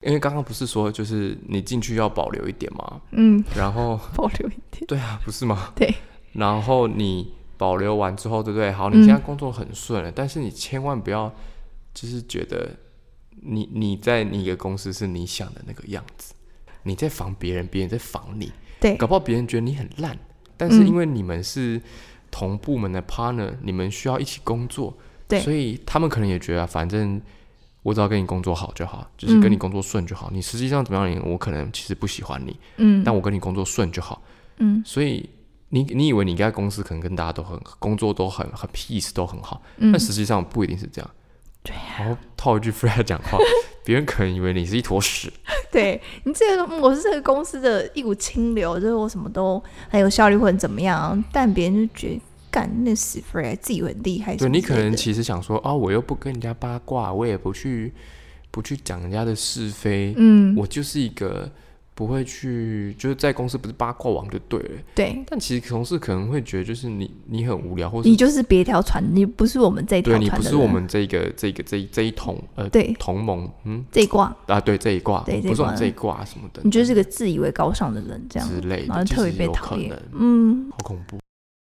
因为刚刚不是说就是你进去要保留一点吗？嗯，然 后保留一点。对啊，不是吗？对。然后你保留完之后，对不对？好，你嗯现在工作很顺了，但是你千万不要就是觉得你你在你的公司是你想的那个样子，你在防别人，别人在防你，对搞不好别人觉得你很烂，但是嗯因为你们是同部门的 partner，、你们需要一起工作，对所以他们可能也觉得、啊、反正。我只要跟你工作好就好，就是跟你嗯工作顺就好。你实际上怎么样，我可能其实不喜欢你，嗯但我跟你工作顺就好。嗯所以你你以为你在公司可能跟大家都很工作都很很 peace 都很好，嗯但，实际上不一定是这样。对啊然后套一句 Fred 讲 话，别人可能以为你是一坨屎。 对你这个，嗯我是这个公司的一股清流，就是我什么都很有效率或者怎么样，但别人就觉得干那死 f r 自己很厉哎害什对么之类的。你可能其实想说啊，我又不跟人家八卦，我也不去不去讲人家的是非，嗯，我就是一个不会去就是在公司不是八卦王就对了。对但其实同事可能会觉得就是你你很无聊，或你是就是别条船，你不是我们这一条对船你的不是人我们这个这个这一这一同呃对同盟嗯这一挂，啊，对这一卦，对我这一不是我们卦这一卦什么的，你就是个自以为高尚的人，这样之类的，然后其特实别被有讨可厌能。嗯，好恐怖。